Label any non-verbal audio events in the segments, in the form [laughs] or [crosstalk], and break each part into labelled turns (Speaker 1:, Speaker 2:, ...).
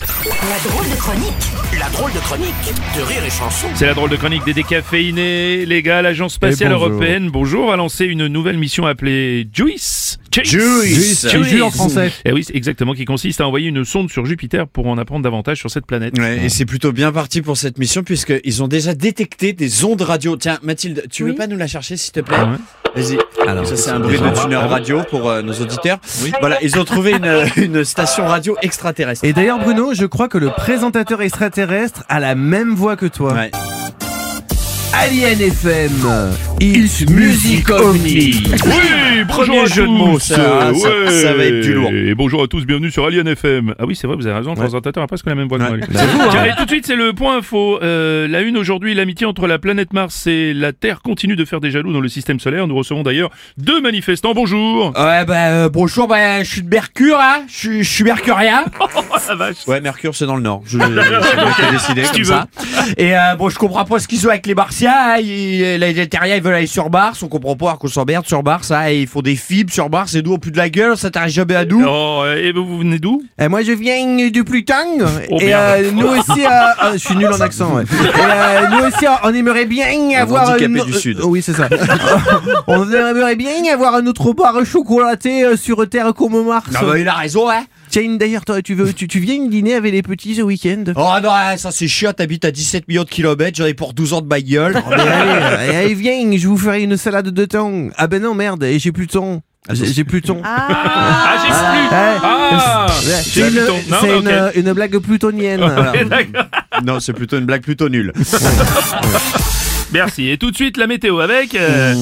Speaker 1: La drôle de chronique
Speaker 2: La drôle de chronique de Rire et Chanson.
Speaker 3: C'est la drôle de chronique des décaféinés. Les gars, l'Agence spatiale
Speaker 4: Eh, bonjour.
Speaker 3: européenne, bonjour, a lancé une nouvelle mission appelée JUICE.
Speaker 4: Juice. Juice. Juice en français.
Speaker 3: Et oui, c'est exactement, qui consiste à envoyer une sonde sur Jupiter pour en apprendre davantage sur cette planète.
Speaker 4: Ouais, et c'est plutôt bien parti pour cette mission puisqu'ils ont déjà détecté des ondes radio. Tiens, Mathilde, tu veux pas nous la chercher s'il te plaît
Speaker 3: Ah ouais.
Speaker 4: Vas-y. Alors, ça c'est un bruit de tuner radio pour euh, nos auditeurs. Voilà, ils ont trouvé une, une station radio extraterrestre.
Speaker 5: Et d'ailleurs, Bruno, je crois que le présentateur extraterrestre a la même voix que toi.
Speaker 4: Ouais.
Speaker 5: Alien FM, it's music
Speaker 3: Oui,
Speaker 5: only.
Speaker 4: Premier
Speaker 3: bonjour à
Speaker 4: jeu de
Speaker 3: tous.
Speaker 4: mots, ça,
Speaker 3: Euh,
Speaker 4: ça- ça va être du lourd.
Speaker 3: Et bonjour à tous, bienvenue sur Alien FM. Ah oui, c'est vrai, vous avez raison, le présentateur a presque la même voix que moi. lui.
Speaker 4: hein.
Speaker 3: Tiens, et tout de suite, c'est le point info. Euh, la une aujourd'hui, l'amitié entre la planète Mars et la Terre continue de faire des jaloux dans le système solaire. Nous recevons d'ailleurs deux manifestants. Bonjour.
Speaker 6: Ouais, bah, euh, bonjour, bah, je suis de Mercure, hein. Je suis- je suis mercurien.
Speaker 5: [laughs]
Speaker 4: Ouais, Mercure c'est dans le nord. Je, je- c'est moi qui ai décidé
Speaker 3: tu
Speaker 4: comme ça.
Speaker 6: Et, euh, bon, je comprends pas ce qu'ils ont avec les Martiens, hein. Ils- les Terriens, ils veulent aller sur Mars. On comprend pas alors qu'on s'emmerde sur Mars, hein. Et ils font des fibres sur Mars. Et nous, on pue de la gueule. Ça t'arrive jamais à nous.
Speaker 3: Oh, euh, et vous vous venez d'où
Speaker 5: Et Euh, moi, je viens du Pluton.
Speaker 3: Oh,
Speaker 5: et
Speaker 3: merde.
Speaker 5: euh, nous aussi, euh, euh, je suis nul en accent. ouais. Et, euh, nous aussi, on aimerait bien avoir
Speaker 4: handicapé
Speaker 5: no-
Speaker 4: du Sud.
Speaker 5: oui, c'est ça. [laughs] on aimerait bien avoir notre bar chocolaté euh, sur Terre comme Mars.
Speaker 3: Ah
Speaker 6: Non, bah, il a raison, hein.
Speaker 5: Tiens, d'ailleurs, toi, tu veux, tu, tu viens dîner avec les petits ce week-end
Speaker 6: Oh, non, hein, ça, c'est chiant. T'habites à 17 millions de kilomètres. J'en ai pour 12 ans de ma gueule.
Speaker 5: Mais allez, euh, allez, viens, je vous ferai une salade de thon. Ah ben non, merde, et j'ai plus de thon. J'ai j'ai plus de thon.
Speaker 3: Ah, j'ai plus.
Speaker 5: Ah,
Speaker 3: Ah,
Speaker 5: Ouais,
Speaker 3: j'ai
Speaker 5: c'est
Speaker 3: plus
Speaker 5: une,
Speaker 3: de thon. Non,
Speaker 5: c'est
Speaker 3: mais
Speaker 5: une-
Speaker 3: ok.
Speaker 5: une blague
Speaker 3: [laughs]
Speaker 5: plutonienne. Voilà.
Speaker 3: Et d'accord.
Speaker 4: Non, c'est plutôt une blague plutôt nulle.
Speaker 3: Merci. Et tout de suite, la météo avec. euh,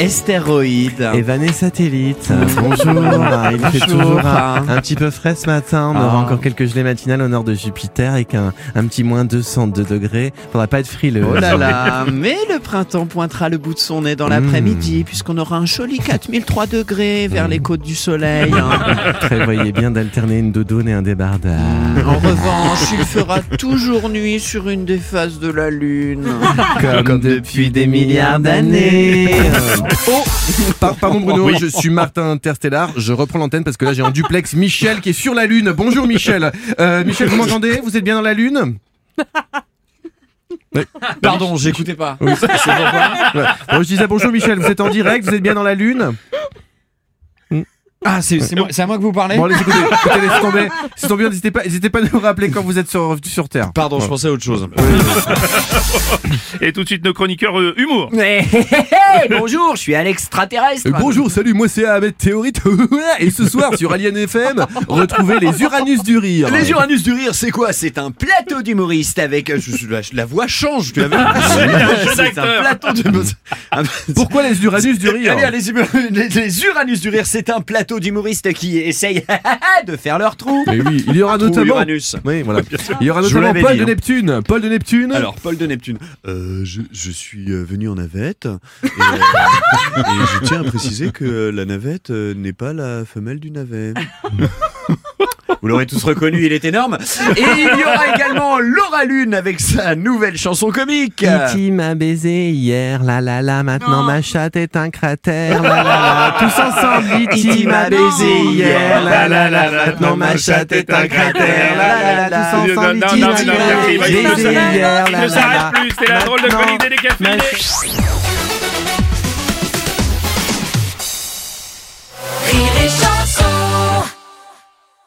Speaker 4: Estéroïde.
Speaker 5: Et Vanessa Satellite, bonjour. Ah. Il fait toujours un, un petit peu frais ce matin. On aura encore quelques gelées matinales au nord de Jupiter avec un, un petit moins 202 degrés. Faudra pas être frileux.
Speaker 7: Oh
Speaker 6: [laughs]
Speaker 7: là là, mais le printemps pointera le bout de son nez dans
Speaker 6: Hmm.
Speaker 7: l'après-midi, puisqu'on aura un joli 4003 degrés vers les côtes du soleil. hein.
Speaker 5: Prévoyez bien d'alterner une doudoune et un débardeur.
Speaker 6: Hmm.
Speaker 7: En revanche, il fera toujours nuit sur une des faces de la Lune.
Speaker 5: Comme, depuis des milliards d'années. oh Par- Pardon Bruno, je suis Martin Interstellar. Je reprends l'antenne parce que là j'ai en duplex Michel qui est sur la Lune. Bonjour Michel. Euh, Michel, vous m'entendez Vous êtes bien dans la Lune
Speaker 6: Pardon, j'écoutais pas.
Speaker 5: Oui, c'est c'est pourquoi. Ouais. Bon, je disais bonjour Michel, vous êtes en direct, vous êtes bien dans la Lune
Speaker 6: Ah, c'est c'est moi- c'est [laughs] à moi que vous parlez?
Speaker 7: Eh.
Speaker 5: Bon allez écoutez, écoutez laissez tomber, laissez tomber, n'hésitez pas, n'hésitez pas à nous rappeler quand vous êtes sur, sur Terre.
Speaker 4: Pardon, je pensais à autre chose.
Speaker 3: Et tout de suite, nos chroniqueurs euh, humour.
Speaker 6: Eh, eh, eh, bonjour, je suis un extraterrestre.
Speaker 5: Euh, Bonjour, salut, moi c'est Ahmed Théorite. [laughs] Et ce soir sur Alien FM, retrouvez les Uranus du rire.
Speaker 6: Les Uranus du rire, c'est quoi C'est un plateau d'humoristes avec euh, je- je- la, la voix change, tu l'as vu C'est un
Speaker 3: d'acteur.
Speaker 6: plateau d'humoristes. Ah, mais-
Speaker 5: Pourquoi les Uranus du rire
Speaker 6: Allez, allez, les- les, les Uranus du rire, c'est un plateau d'humoristes qui essayent [laughs] de faire leur trou.
Speaker 5: Mais oui, il y aura
Speaker 4: Trou
Speaker 5: notamment.
Speaker 4: Uranus.
Speaker 5: Oui, voilà. Il y aura
Speaker 4: Je vous
Speaker 5: notamment
Speaker 4: l'avais
Speaker 5: Paul
Speaker 4: dit,
Speaker 5: de
Speaker 4: hein.
Speaker 5: Neptune. Paul de [laughs] Neptune.
Speaker 4: Alors, Paul de Neptune. Euh, je, je suis euh, venu en navette. Et, euh, et je tiens à préciser que euh, la navette euh, n'est pas la femelle du navet.
Speaker 6: Vous l'aurez tous reconnu, il est énorme. Et il y aura également Laura Lune avec sa nouvelle chanson comique.
Speaker 5: Kitty m'a baisé hier, la la la, maintenant ma chatte est un cratère, la la la. Tous ensemble, Kitty m'a baisé hier, la la la, maintenant ma chatte est un cratère, la la la. Tous
Speaker 3: Non, non,
Speaker 5: ensemble,
Speaker 3: non,
Speaker 5: Kitty
Speaker 3: non,
Speaker 5: m'a
Speaker 3: merci, il va- il
Speaker 5: baisé
Speaker 3: ne s'arrête-
Speaker 5: hier,
Speaker 3: il
Speaker 5: la la
Speaker 3: ne s'arrête
Speaker 5: la.
Speaker 3: plus. C'était la drôle de
Speaker 5: Maintenant,
Speaker 3: chronique des décaféinés.
Speaker 5: ma